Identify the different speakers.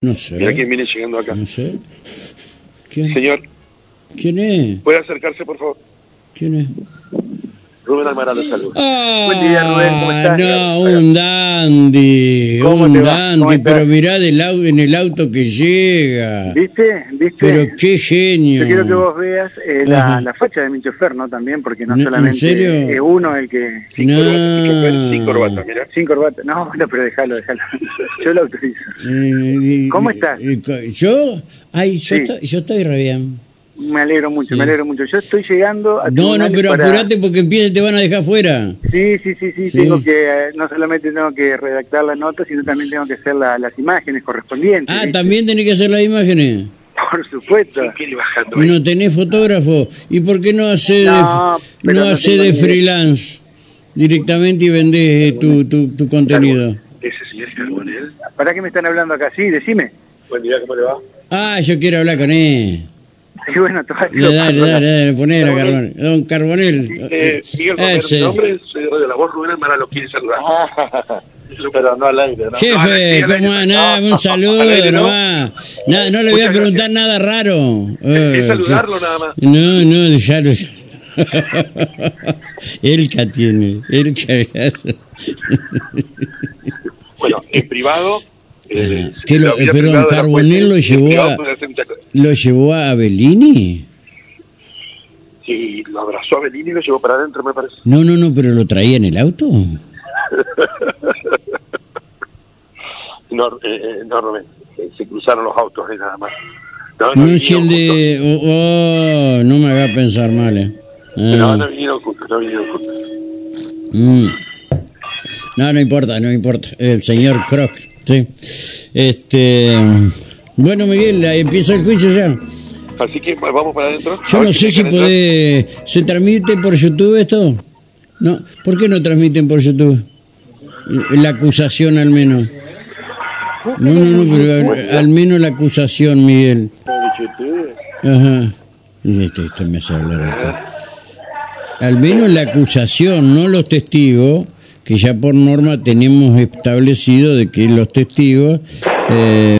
Speaker 1: No sé.
Speaker 2: Mira quién viene llegando acá.
Speaker 1: No sé. ¿Quién?
Speaker 2: Señor,
Speaker 1: ¿Quién es?
Speaker 2: puede acercarse, por favor.
Speaker 1: ¿Quién es?
Speaker 2: Rubén Alvarado, saludos.
Speaker 1: Ah,
Speaker 3: Buen día, Rubén, ¿cómo estás?
Speaker 1: no, un dandy,
Speaker 3: ¿Cómo
Speaker 1: un
Speaker 3: te va? ¿Cómo
Speaker 1: dandy,
Speaker 3: estás?
Speaker 1: pero mirá del au- en el auto que llega.
Speaker 3: ¿Viste? ¿Viste?
Speaker 1: Pero qué genio.
Speaker 3: Yo quiero que vos veas eh, la,
Speaker 1: Ajá.
Speaker 3: la facha de mi chofer, ¿no? También, porque no
Speaker 1: ¿En- en
Speaker 3: solamente
Speaker 1: serio?
Speaker 3: es uno el que...
Speaker 2: Sin
Speaker 1: No.
Speaker 2: corbata, sin chofer, sin corbata, mirá.
Speaker 3: Sin corbata. No, bueno, pero déjalo, déjalo. Yo lo autorizo.
Speaker 1: Eh, eh,
Speaker 3: ¿Cómo estás?
Speaker 1: eh, co- ¿Yo? Ay, yo,
Speaker 3: Sí.
Speaker 1: estoy, yo estoy re bien.
Speaker 3: Me alegro mucho,
Speaker 1: Sí.
Speaker 3: me alegro mucho. Yo estoy llegando
Speaker 1: No,
Speaker 3: a
Speaker 1: no,
Speaker 3: tribunales
Speaker 1: pero
Speaker 3: Ah, para-
Speaker 1: apurate porque empieza y te van a dejar fuera.
Speaker 3: Sí, sí, sí, sí,
Speaker 1: Sí.
Speaker 3: tengo que, eh, no solamente tengo que redactar las notas, sino también tengo que hacer la- las imágenes correspondientes.
Speaker 1: Ah,
Speaker 3: ¿viste?
Speaker 1: también tenés que hacer las imágenes.
Speaker 3: Por supuesto.
Speaker 2: ¿Quién viene bajando?
Speaker 1: Y no tenés fotógrafo. ¿Y por qué no haces
Speaker 3: No,
Speaker 1: de,
Speaker 3: pero
Speaker 1: no
Speaker 3: no
Speaker 1: hacés
Speaker 3: tengo
Speaker 1: de
Speaker 3: ni idea.
Speaker 1: freelance directamente y vendés eh, tu, tu, tu contenido?
Speaker 2: Ese señor es Carbonel.
Speaker 3: ¿Para qué me están hablando acá? Sí, decime.
Speaker 2: Buen día, ¿cómo le va?
Speaker 1: Ah, yo quiero hablar con él.
Speaker 3: Sí, bueno, todas
Speaker 1: Dale, dale, dale, dale poner a Carbonel. Don Carbonel.
Speaker 2: Eh, Miguel Romero,
Speaker 1: Ese.
Speaker 2: mi nombre es eh, Radio La Voz, Rubén Alvarado lo quiere saludar.
Speaker 4: Pero no al aire, ¿no?
Speaker 2: Ah,
Speaker 1: Jefe, ¿cómo andás? Un saludo
Speaker 4: aire no.
Speaker 1: nomás. Na- no le voy a
Speaker 2: Muchas
Speaker 1: preguntar nada raro.
Speaker 2: Es
Speaker 1: Eh,
Speaker 2: saludarlo nada más.
Speaker 1: No, no, ya lo. Elca tiene, Elca.
Speaker 2: Bueno, en privado. eh,
Speaker 1: Que
Speaker 2: si
Speaker 1: lo-
Speaker 2: la vida
Speaker 1: pero
Speaker 2: privada de la
Speaker 1: Carbonell
Speaker 2: fuente,
Speaker 1: lo
Speaker 2: en
Speaker 1: llevó
Speaker 2: privado
Speaker 1: a-
Speaker 2: puede hacer muchas cosas.
Speaker 1: ¿Lo llevó a Bellini?
Speaker 2: Sí, lo abrazó a Belini y lo llevó para adentro, me parece.
Speaker 1: No, no, no, pero lo traía en el auto.
Speaker 2: No, eh, eh, no Rubén, eh, se cruzaron los autos, eh, nada más.
Speaker 1: No, si
Speaker 2: vinieron
Speaker 1: el de. Oh, oh, no me haga pensar mal, eh.
Speaker 2: juntos. No,
Speaker 1: Ah,
Speaker 2: no vinieron juntos, no vinieron juntos.
Speaker 1: mm. No, no importa, no importa. El señor Croc, sí. Este. Bueno, Miguel, ahí empieza el juicio ya.
Speaker 2: Así que pues, vamos para adentro. A
Speaker 1: Yo
Speaker 2: ver
Speaker 1: no
Speaker 2: si
Speaker 1: sé
Speaker 2: me
Speaker 1: si
Speaker 2: dejan entrar.
Speaker 1: podés. ¿Se transmite por YouTube esto? No. ¿Por qué no transmiten por YouTube? La acusación al menos. No, no, no, pero al, al menos la acusación, Miguel. Ajá. Este, este me hace hablar acá. Al menos la acusación, no los testigos, que ya por norma tenemos establecido de que los testigos eh,